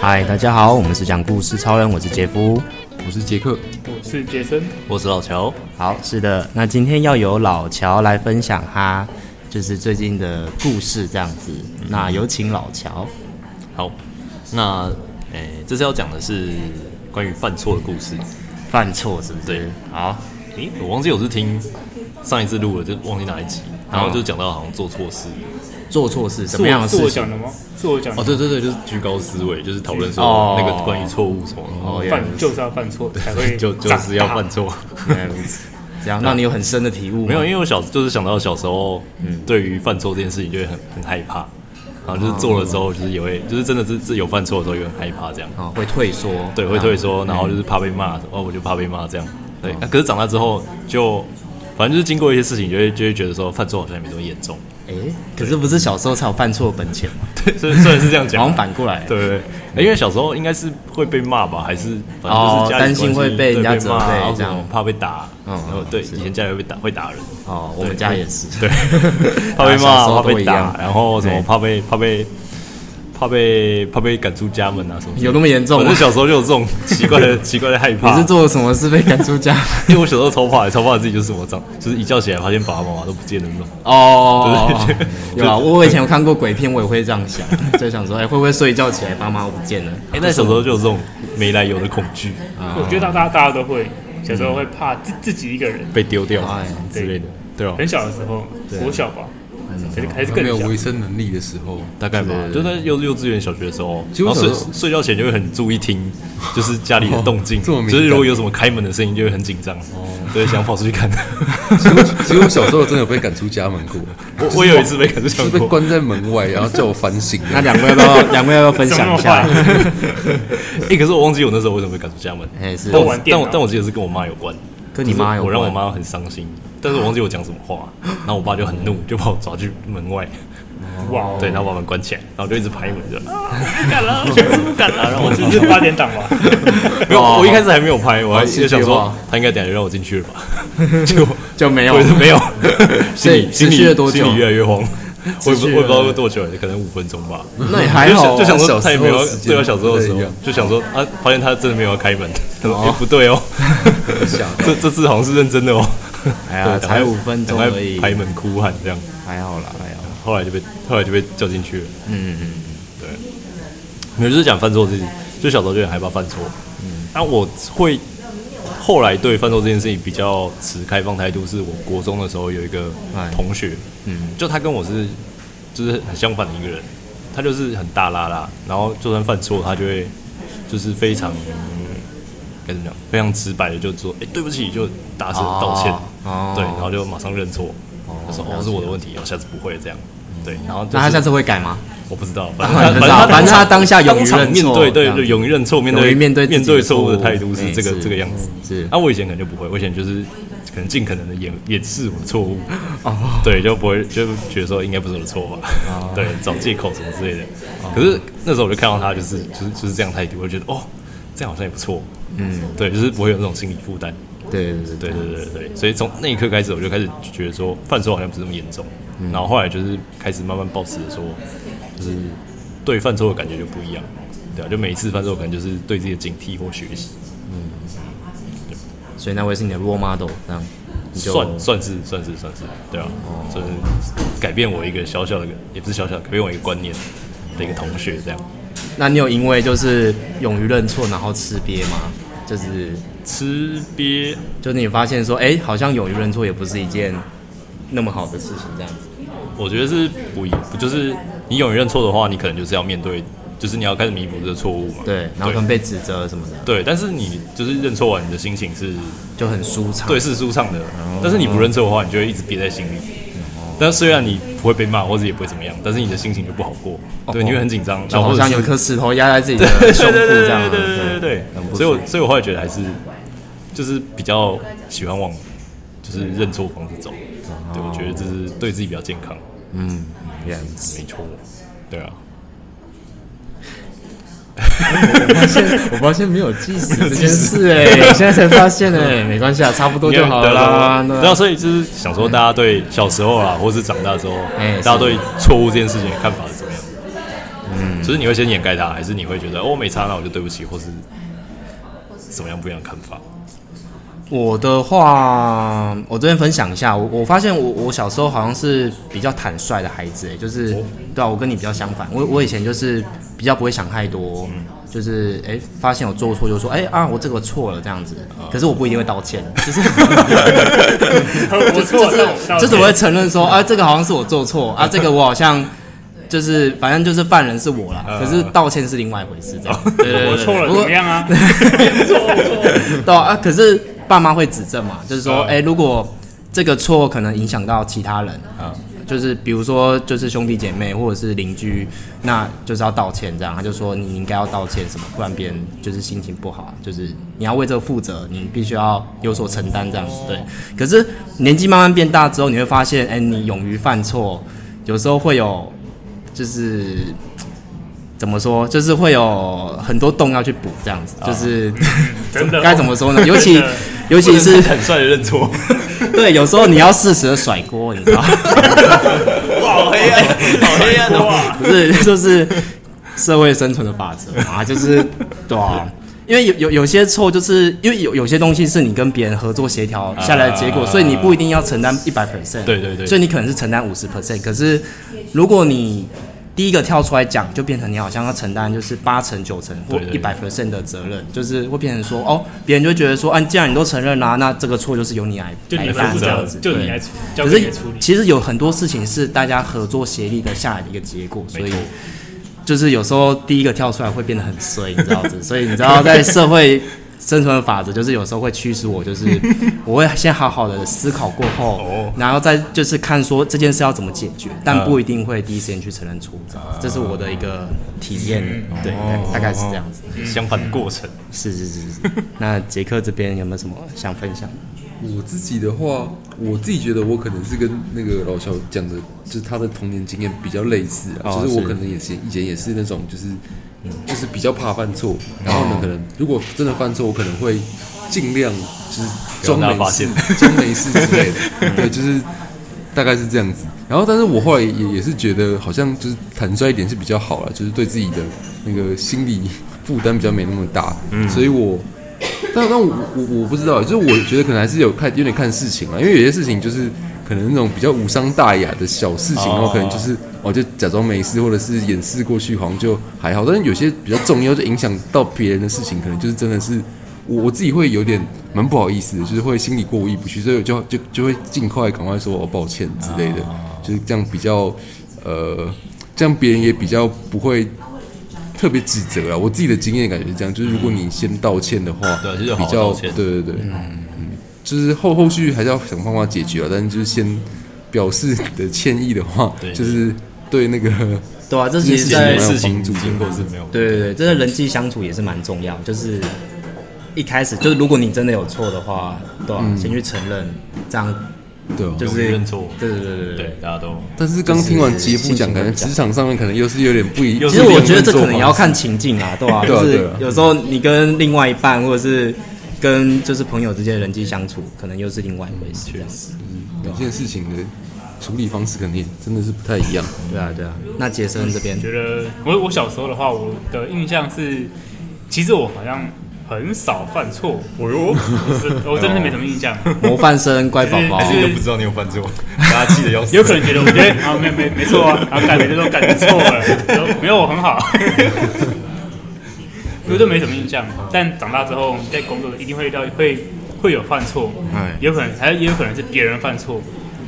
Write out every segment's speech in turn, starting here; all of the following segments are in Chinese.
嗨，大家好，我们是讲故事超人，我是杰夫。我是杰克，我是杰森，我是老乔，好，是的，那今天要由老乔来分享他就是最近的故事这样子。那有请老乔。好，那诶、这次要讲的是关于犯错的故事。犯错是不是？对，嗯好，诶、我忘记我是听上一次录了，就忘记哪一集，嗯然后就讲到好像做错事。做错事什么样的是事我是我情？讲的吗？是我讲的哦，吗，对对对，就是居高思维，就是讨论哦说那个关于错误什么的，哦原来犯就是要犯错才会就 就是要犯错。错。原来如此这样让你有很深的体悟吗。没有，因为我小就是想到小时候，对于犯错这件事情就会很很害怕，然后就是做了之后，就是也会就是真的是是有犯错的时候也很害怕这样。哦，会退缩。啊对，会退缩，嗯然后就是怕被骂，哦，我就怕被骂这样。对，啊可是长大之后就，反正就是经过一些事情，就会就会觉得说犯错好像也没多严重。哎、可是不是小时候才有犯错本钱吗？ 对，虽虽然是这样讲，啊好像反过来。对对对，哎因为小时候应该是会被骂吧，还是反正哦就是家里担心关系会被人家对骂责备然后这样什么怕被打。嗯然后嗯对，是以前家里会被打，会打人。哦，我们家也是。 啊对，怕小被时骂，候怕都被一样打，然后什么对怕被怕被怕被怕被赶出家门啊什么之类的。有那么严重我吗是小时候就有这种奇怪的奇怪的害怕。你是做了什么事被赶出家？ 因为我小时候超怕的，超怕自己就是我长，就是一觉起来发现爸爸妈妈都不见了那种。哦对对，哦对 有啊，我以前有看过鬼片，我也会这样想， 就想说，哎、会不会睡一觉起来爸妈不见了？哎、那小时候就有这种没来由的恐惧，啊我觉得大家大家都会，小时候会怕自自己一个人，被丢掉啊哎之类的，对啊吧？很小的时候，国小吧，还是还是都没有更小维。生能力的时候，大概吧，就在幼幼稚园、小学的时候，其实然后我睡小时候睡觉前就会很注意听，就是家里的动静，哦这么敏感就是如果有什么开门的声音，就会很紧张，对，想跑出去看。其实我其实我小时候真的有被赶出家门过，我我有一次被赶出就家是门被过，关在门外，然后叫我反省的。那两位要不要？两位要不要分享一下怎？么那么坏 哎，可是我忘记我那时候为什么被赶出家门，哎、是但我玩电但我脑但我记得是跟我妈有关，跟你妈有我关让我妈很伤心，但是我忘记我讲什么话，然后我爸就很怒，就把我抓去门外。哦哇，哦对，然后把门关起来，然后就一直拍门这样。啊，不敢了， 我是不敢了。然后我我就这是八点档吧？没有，我一开始还没有拍，我还哦戏就剧想说化他应该等下就让我进去了吧，结果就没有我也是 没有，心里持心续了里多久心里越来 越慌。我也不持我续也不知道了多久，可能五分钟吧。那也还好啊、就想就想说小他也时没候有的要，时间对我啊小时候的时不候太一样就想说啊，发现他真的没有要开门，他说 哦哎不对 哦， 这这次好像是认真的哦。哎呀， 对赶快才五分钟赶快而已，拍门哭喊这样，还好啦，还好。后来就被后来就被叫进去了。嗯嗯对，没有就是讲犯错自己，就小时候就很害怕犯错。嗯，那我会后来对犯错这件事情比较持开放态度，是我国中的时候有一个哎同学，嗯就他跟我是就是很相反的一个人，他就是很大拉拉，然后就算犯错，他就会就是非常该怎么讲，非常直白的就说，哎、对不起，就大声道歉，哦对，然后就马上认错，哦他说了解哦嗯是我的问题，我下次不会这样，对，然后、就是、那他下次会改吗？我不知道，然反后正你不知道他反正他当下勇于当场认面错对这对样对，勇于认错，面勇对于面对自己面的对错误的错误态度是哎这个是这个样子。啊是那我以前可能就不会，我以前就是可能尽可能的掩掩饰我的错误，哦对，就不会就觉得说应该不是我的错吧，对，找借口什么之类的。哦可是那时候我就看到他就是就是就是这样态度，我就觉得哦，这样好像也不错，嗯，对，就是不会有那种心理负担。对对对对对对对对，所以从那一刻开始，我就开始觉得说犯错好像不是那么严重，嗯然后后来就是开始慢慢保持着说，就是对犯错的感觉就不一样，对啊，就每一次犯错可能就是对自己的警惕或学习，所以那位是你的 role model，这样你就哦算算是算是算是，对啊，就是改变我一个小小的，也不是小小，改变我一个观念的一个同学这样。那你有因为就是勇于认错然后吃瘪吗？就是吃瘪就是你发现说，哎、好像勇于认错也不是一件那么好的事情，这样子。我觉得是不一，不就是你勇于认错的话，你可能就是要面对，就是你要开始弥补这个错误嘛。对，然后可能被指责什么的，对，但是你就是认错完，你的心情是就很舒畅。对，是舒畅的。哦但是你不认错的话，你就会一直憋在心里。但虽然你不会被骂，或者也不会怎么样，但是你的心情就不好过，哦对，你会很紧张，然就后好或者像有一是颗石头压在自己的对胸 对部对对这样、啊。对对对对很对，不所以舒服我。所以我后来觉得还是就是比较喜欢往就是认错方式走，哦对，我觉得这是对自己比较健康， 嗯，原来如此没错，对啊，我发现我发现没有计时这件事哎、我现在才发现哎、没关系啊，差不多就好了啦。然对后啊所以就是想说，大家对小时候啊，或是长大之后，哎大家对错误这件事情的看法是怎么样？嗯，就是你会先掩盖它，还是你会觉得哦没差，那我就对不起，或是什么样不一样的看法？我的话，我这边分享一下，我我发现我我小时候好像是比较坦率的孩子、哎，就是哦对啊，我跟你比较相反，我我以前就是比较不会想太多，就是哎、发现我做错就说哎、啊我这个错了这样子，啊可是我不一定会道 歉，就是我错了，那我道歉就是我会 承认说，啊，这个好像是我做错啊，这个我好像就是反正就是犯人是我啦，可是道歉是另外一回事，这样。对对对啊 我错了，怎么？样啊？ 对不过对啊，可是爸妈会指正嘛，就是说，嗯哎，如果这个错可能影响到其他人，嗯就是比如说就是兄弟姐妹或者是邻居，那就是要道歉这样。他就说你应该要道歉什么，不然别人就是心情不好，就是你要为这个负责，你必须要有所承担这样子。对，可是年纪慢慢变大之后，你会发现，哎、你勇于犯错，有时候会有就是。怎么说？就是会有很多洞要去补，这样子，就是、啊 真的哦该怎么说呢？尤其真的尤其不是能很帅的认 错， 对，有时候你要适时的甩锅，你知道吗？ 好黑 暗，好黑暗的话，不是，就是社会生存的法则嘛，就是对啊。因为有有有些错，就是因为有有些东西是你跟别人合作协调下来的结果，啊所以你不一定要承担一百 percent。对对对所以你可能是承担五十 percent，可是如果你第一个跳出来讲，就变成你好像要承担就是八成、九成或对一对百 percent 的责任，就是会变成说哦，别人就会觉得说，啊，既然你都承认啦、那这个错就是由你来就你来来犯负这责样子，，就你对来处，交可给你是处理。其实有很多事情是大家合作协力的下来的一个结果，所没以错就是有时候第一个跳出来会变得很衰，你知 道这，所以你知道在社会生存的法则，就是有时候会驱使我，就是 我会先好好的思考过后，哦然后再就是看说这件事要怎么解决，但不一定会第一时间去承认错误，这样啊子这是我的一个体验，嗯对，哦大大概是这样子。相反的过程，是是是是。那杰克这边有没有什么想分享的？我自己的话，我自己觉得我可能是跟那个老乔讲的，就是他的童年经验比较类似啊。哦就是我是可能也是以前也是那种，就是嗯就是比较怕犯错，然后呢，可能如果真的犯错，我可能会尽量就是装不要让大没家事， 装没事之类的。对，就是大概是这样子。然后，但是我后来也也是觉得，好像就是坦率一点是比较好了，就是对自己的那个心理负担比较没那么大。嗯，所以我但但我我我不知道，就是我觉得可能还是有看有点看事情啊，因为有些事情就是可能那种比较无伤大雅的小事情，哦然后可能就是我就假装没事，或者是掩饰过去，好像就还好。但是有些比较重要，就影响到别人的事情，可能就是真的是我我自己会有点蛮不好意思的，就是会心里过意不去，所以我就就就会尽快赶快说哦抱歉之类的，就是这样比较呃，这样别人也比较不会。特别指责啊！我自己的经验感觉是这样，就是如果你先道歉的话，对啊就是好比好较道歉对对对，嗯，就是后后续还是要想办法解决啊。但是就是先表示的歉意的话，对就是对那个对啊，这其其实实这这件在件事情经过是没有，对对对，真的人际相处也是蛮重要，就是一开始就是如果你真的有错的话，对吧、先去承认，这样对啊。就是勇于认错对对对对对。对，大家都但是刚听完杰夫讲，感觉职场上面可能又是有点不一。又其是实我又是觉得另外一种这可做能法也要看情境啊，对吧、对啊就对是啊有时候你跟另外一半，或者是跟就是朋友之间的人际相处，可能又是另外一回事。这样子，每件事情的处理方式，肯定真的是不太一样。对啊对啊。那杰森这边觉得我我小时候的话，我的印象是，其实我好像很少犯错。我哟，我是我真的是没什么印象。模范生乖宝宝还，是你都不知道你有犯错，大家气得要死，有可能觉得我 觉得啊没没没错啊，然后感觉这种感觉错了，说没有我很 好，我就没什么印象。但长大之后，在工作一定会遇到会会有犯错哎，有可能还也有可能是别人犯错。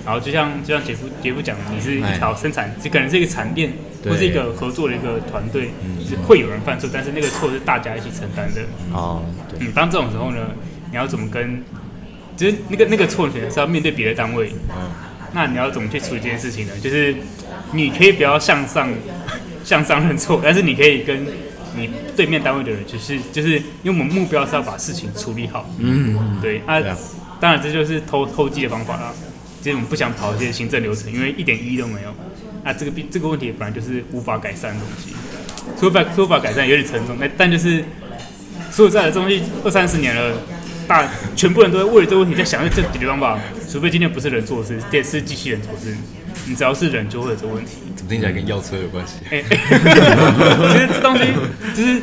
然后就像就像杰夫杰夫讲的，你是一条生产，这可能是一个产业哎对嗯或是一个合作的一个团队，是会有人犯错，但是那个错是大家一起承担的。哦，对，嗯，当这种时候呢，你要怎么跟，就是那个那个错觉是要面对别的单位，嗯那你要怎么去处理这件事情呢？就是你可以不要向上向上认错，但是你可以跟你对面单位的人，就是就是因为我们目标是要把事情处理好，嗯，对啊对啊，当然这就是偷偷鸡的方法啦，就是我们不想跑这些行政流程，因为一点意义都没有。啊，这个必这个问题本来就是无法改善的东西，说法说法改善有点沉重，但但就是说实在的，这东西二三十年了，大全部人都在为了这个问题在想这解决方法，除非今天不是人做事，这是机器人做事。你只要是人，就会有这个问题。怎么听起来跟药车有关系？哎、欸，其实这东西就是，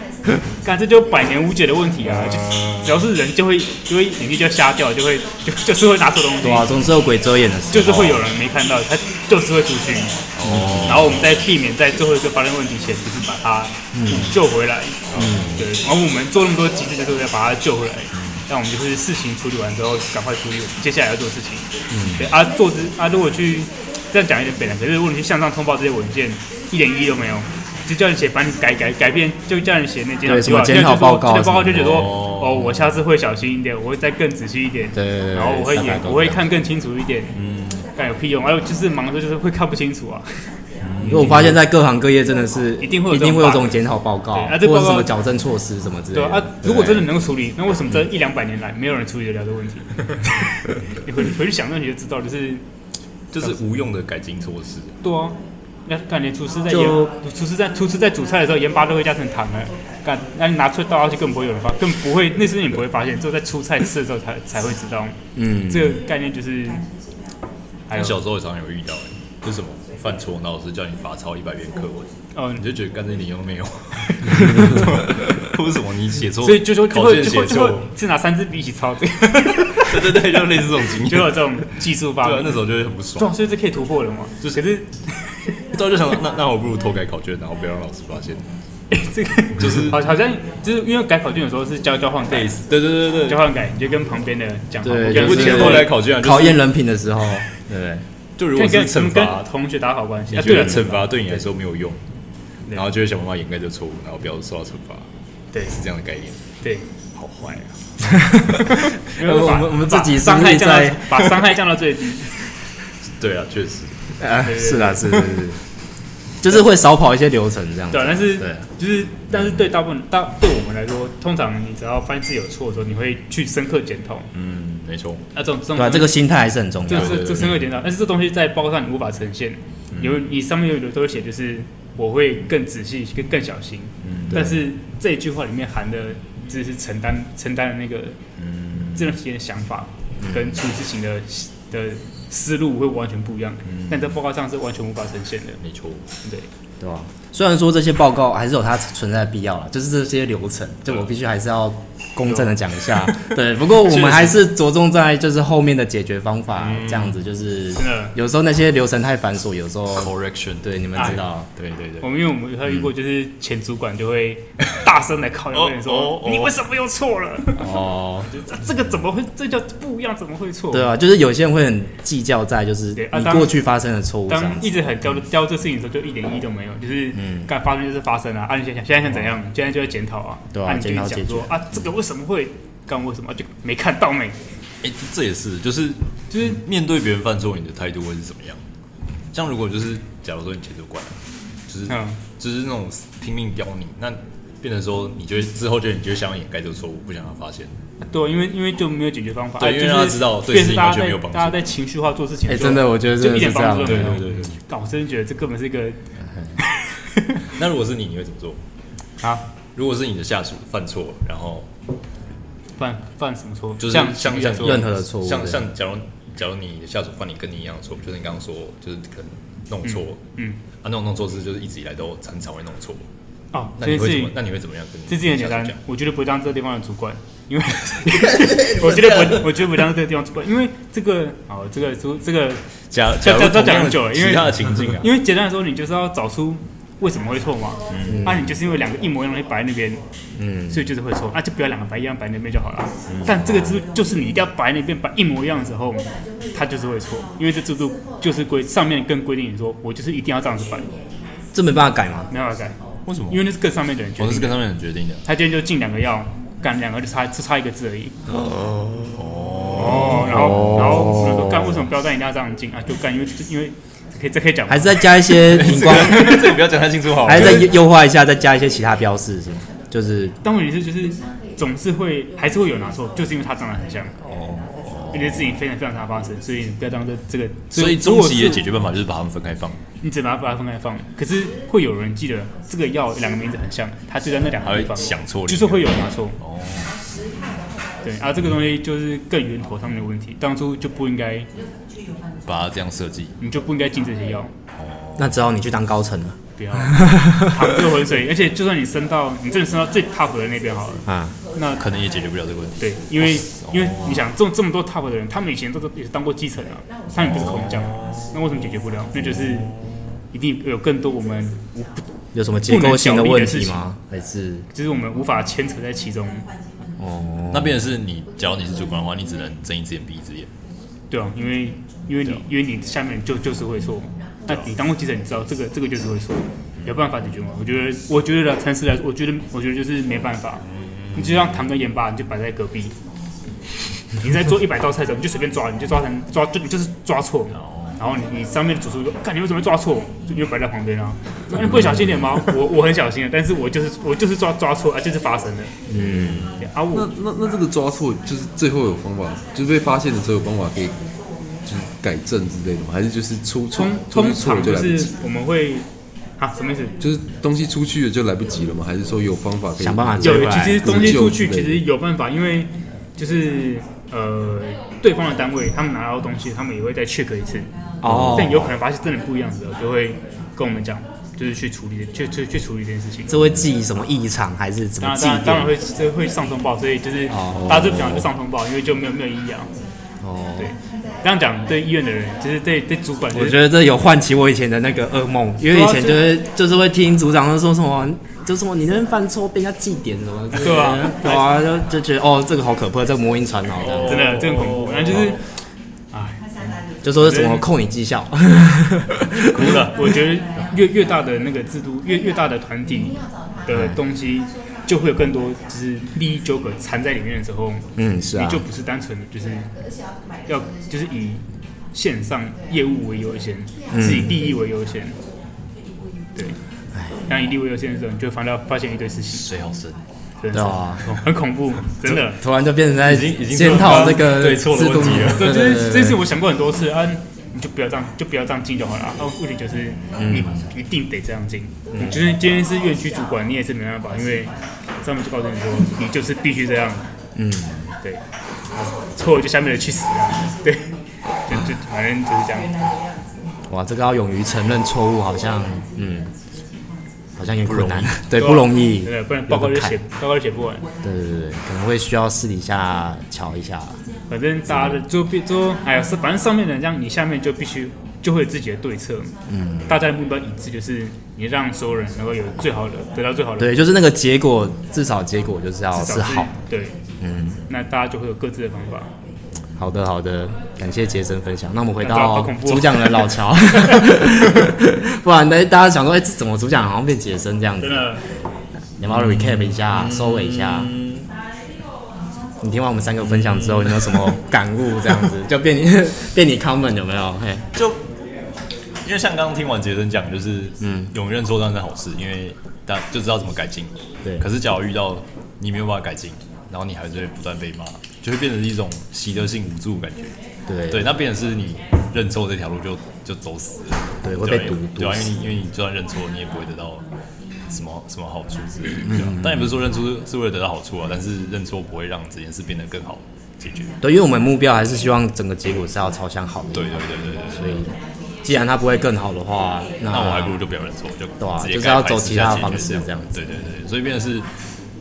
感这就百年无解的问题啊！就只要是人，就会就会眼睛就要瞎掉，就会就就是会拿错东西。对啊，总是有鬼遮眼的时候，就是会有人没看到，他就是会出去。哦。然后我们在避免在最后一个发生问题前，就是把它救回来。嗯。对。然后我们做那么多机制，就是要把它救回来。但我们就是事情处理完之后，赶快处理我们接下来要做的事情。嗯。对啊，做之啊，如果去这样讲有点北南，可是如果你去向上通报这些文件，一点意义都没有。就叫你写，把你改改改变，就叫你写那检讨对计划，什么检讨报告检讨报告就什觉么得说，哦，我下次会小心一点，我会再更仔细一点，对对对然后我会大概演，都我会这样看更清楚一点，嗯，干有屁用？还有就是忙的时候就是会看不清楚啊，因为我发现，在各行各业真的是嗯一定会有一这种定会有这种检讨报告，对啊这或报者告是什么矫正措施什么之类对的。啊，啊如果真的能够处理，那为什么这一两百年来没有人处理得了这 个问题？你回回去想，那你就知道，就是就是无用的改进措施。对啊，那干连厨师在就盐，厨师在厨师在煮菜的时候，盐巴都会加成糖了。干，那你拿出刀去，更不会有人发，更不会，那是你不会发现，只有在出菜吃的时候才才会知道。嗯，这个概念就是，还我有小时候也常有遇到、欸，是什么犯错，然后老师叫你罚抄一百遍课文，嗯你，就觉得干这理由没 有，为什么你写错？所以就说就考会卷就会写就会错，是拿三支笔一起抄，对，对对对，就类似这种经就有验。这种技术发对啊，明那。时候就会很不哦对啊，爽，所以这可以突破的嘛。就是可是之后就想说，那那我不如偷改考卷，然后不要让老师发现。这个就是 好好像就是因为改考卷有时候是交交换改类，似，对对对对，交换改你就跟旁边的讲，对，全就部是全全部部来来考卷啊就是考验人品的时 候，啊对不对？就如跟果是跟惩嗯跟罚，同学打好关系你啊。觉对得了，惩罚对你来说没有用，对然后就会想办法掩盖这个错误，然后不要受到惩罚，对是这样的概念。对，好坏啊！因为我把们我们把自己是伤害不是降到在把伤害降到最低。对啊，确实，啊，对对是啦，是是是，就是会少跑一些流程这样子对啊，。但 是对啊就是，但是对大部分大对我们来说，通常你只要发现自己有错的时候，你会去深刻检讨。嗯，没错，那这种这种对啊，这个心态还是很重这要的。对这对这深刻检讨，啊但是这东西在报告上你无法呈现，有你上面有的都会写，就是我会更仔细、更更小心。嗯但是这一句话里面含的只是承担承担的那个嗯，这段时间的想法跟处理事情的的思路会完全不一样，但在报告上是完全无法呈现的。没错，对，对吧、虽然说这些报告还是有它存在的必要了，就是这些流程，就我必须还是要公正的讲一下。对，不过 我们还是着重在就是后面的解决方法，这样子就是嗯真的有时候那些流程太繁琐，有时候 correction，对你们知道，啊对对对我，们因为我们还遇过，就是前主管就会 大声来靠你，跟你哦说哦哦你为什么又错了？哦， 这这个怎么会？这叫不一样，怎么会错？对啊，就是有些人会很计较在就是对啊你当过去发生的错误这当样一子，直很刁刁这事情的时候，就一点意义都没有，就是嗯该发生就是发生啊。啊，你想想现在想怎样？哦现在就要检讨啊，对啊你就检讨讲解说啊，这个为什么会干？为什么就没看到没？哎，这也是，就是就是面对别人犯错，你的态度会是怎么样？像如果就是，假如说你前主管，就是嗯就是那种拼命刁你，那变成说你就会之后就你就会想要掩盖这个错误，不想让他发现。对，啊因为因为就没有解决方法，对啊因为就是让他知道对变事成情大完家全在没有帮助大家在情绪化做事情的哎时候，真的我觉得真就的一点是这帮样助都没对有。对对对。干，我真的觉得这根本是一个那如果是你，你会怎么做？啊如果是你的下属犯错，然后犯犯什么错？就是像像像像任何的错误像对像假如假如你的下属犯你跟你一样的错，就是你刚刚说，就是可能弄错，嗯啊，那种弄错事就是一直以来都很常会弄错。哦，那这你件会事怎么情？那你会怎么样跟你这件事情很简下属单讲，我绝对不会当这个地方的主管，因为 我绝对不会，我绝对不会当这个地方主管，因为这个哦，这个这个，假这假这如这讲同很久样了的因为其他的情境啊， 因为简单来说，你就是要找出为什么会错嘛。嗯，啊，你就是因为两个一模一样的东西摆在那边，嗯，所以就是会错，啊那、就不要两个白一样摆那边就好了。嗯但这个制度就是你一定要摆那边摆一模一样的时候，它就是会错，因为这制度就是规上面更规定你说，我就是一定要这样子摆，这没办法改嘛。没办法改，为什么因为那是更上面的人决我定是的。跟他们决定的。他今天就进两个药，干两个就差就差一个字而已。哦哦，然后然后我们说干为什么不要干一定要这样进啊？就干因为因为这可以这可以讲吗，还是再加一 些荧光，啊这个不要讲太清楚好了。还是再优化一下，再加一些其他标示，是吗？就是但问题是就是总是会还是会有人拿错，就是因为他长得很像。哦因为这事情非常非常常发生，所以你不要当这这个。所以如终果极是的解决办法就是把它们分开放。你只把它把它分开放，可是会有人记得这个药两个名字很像，他就在那两个地还会方想错就是就是里面会有拿错。哦，对啊，这个东西就是更源头上面的问题，当初就不应该，把它这样设计。你就不应该进这些药，那只好你去当高层了 不要淌这个浑水。而且就算你升到你真的升到最 top 的那边好了，啊。那可能也解决不了这个问题。对，因为哦因为你想这这么多 top 的人，他们以前都是也是当过基层啊，他们不是空降，啊那为什么解决不了？那就是一定有更多我们无有什么结构性问题吗？还是就是我们无法牵扯在其中，哦，那边的是你，假如你是主管的话，你只能睁一只眼闭一只眼。对啊，因为因为你因为你下面就就是会错，啊那你当过记者，你知道这个这个就是会错，有办法解决吗？我觉得我觉得啦，诚实来说，我觉得我觉得就是没办法，你就像糖跟盐巴，你就摆在隔 壁，你在做一百道菜的时候，你就随便抓，你就抓成抓就你就是抓错。哦然后你你上面的主厨就说：“看你为什么会抓错？”就就摆在旁边啊，那你不会小心点吗？嗯我我很小心的，啊但是我就是我就是抓抓错啊，就是发生了。嗯，啊那我那那这个抓错就是最后有方法，就是被发现的时候有方法可以就是改正之类的吗？还是就是出出通出通错了常就就来不是及？我们会啊什么意思？就是东西出去了就来不及了吗？还是说有方法可以想办法有，对其实补东西出救之去类其实的有办法，因为就是呃，对方的单位他们拿到东西，他们也会再 check 一次，哦但有可能发现真的不一样的时候，就会跟我们讲，就是去处理，去去去处理这件事情。这会记什么异常还是怎当么然，记当然，当然点？会这会上通报，所以就是哦大家就不想去上通报，因为就没有没有意义啊。哦，对，这样讲对医院的人，就是对对主管，我就是觉得这有唤起我以前的那个噩梦，因为以前就是啊就是会听组长说什么，就什么你那边犯错被人家记点什么之类的，对啊对啊，就就觉得哦这个好可怕，这个魔音传脑的，真的真的很恐怖。然后就是，哎。就说什么扣你绩效， 哭了。我觉得越越大的那个制度，越越大的团体的东西，就会有更多就是利益纠葛缠在里面的时候，嗯是啊你就不是单纯的就是要就是以线上业务为优先，是以利益为优先，对。那以利益为优先的时候，你就会发到发现一堆事情，水好深，对真的是啊， 很恐怖，真的。突然就变成在经已经检讨这个对错的制度问题了 对，对这对是对这对是我想过很多次啊，你就不要这样，就不要这样进就好了。啊，问题就是嗯你一定得这样进。你就是今天是院区主管，你也是没办法，因为上面就告诉你说，你就是必须这样。嗯，对，错了就下面的去死啊，对，就就反正就是这样。哇，这个要勇于承认错误，好像嗯，好像有点困难，对，对啊不容易，真的，不然报告就有个坎写报告就写不完。对对对对，可能会需要私底下瞧一下。反正大家的就必就哎呀，是反正上面的人让你下面就必须就会有自己的对策。嗯，大家的目标一致，就是你让所有人能够有最好的得到最好的对，就是那个结果，至少结果就是要是好。对，嗯，那大家就会有各自的方法。好的，好的，感谢杰森分享。那我们回感觉好到恐怖哦主讲人老 乔，不然呢，大家想说，哎、这怎么主讲好像变杰森这样子真？的，你要不要 recap 一嗯下，收尾一下？你听完我们三个分享之后，有没有什么感悟？这 样子就变你 变你 comment 有没有？嘿，就因为像刚刚听完杰森讲，就是嗯，勇于认错当然是好事，因为大就知道怎么改进。对可是假如遇到你没有办法改进，然后你还是会不断被骂，就会变成一种习得性无助的感觉。对对，那变成是你认错这条路就就走死了，对会被啊毒对啊，毒因死为你因为你就算认错，你也不会得到什么什么好处之类的。嗯对啊当然也不是说认错是为了得到好处啊，但是认错不会让这件事变得更好解决。对，因为我们目标还是希望整个结果是要朝向好的。对对对对对，所以既然它不会更好的话，那那我还不如就不要认错，就对啊直接就是改要排走斥其下他解方决式这样子对对对，所以变成是，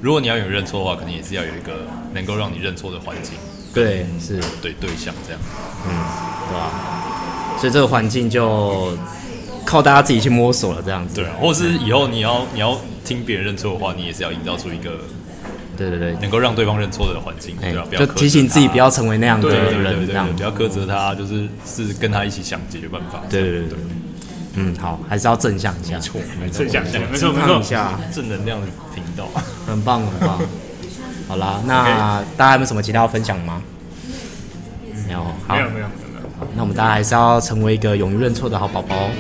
如果你要有认错的话，肯定也是要有一个能够让你认错的环境，对是。对对象这样。对吧、所以这个环境就靠大家自己去摸索了，这样子。对啊，或者是以后你要你要听别人认错的话，你也是要营造出一个对对对，能够让对方认错的环境，哎、对吧？不要就苛责提醒自己他不要成为那样的对对对人，对这对样对，不要苛责他，就是是跟他一起想解决办法。对对对对对。嗯，好，还是要正向一下，错，没错正向向，没鸡错没汤一错。下，正能量的频道。很棒很 棒。好啦，那大家还有没有什么其他要分享吗？没有，好嗯没，有没有没有，那我们大家还是要成为一个勇于认错的好宝 宝哦。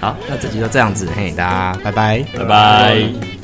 好，那这集就这样子，嘿，大家拜拜。拜拜。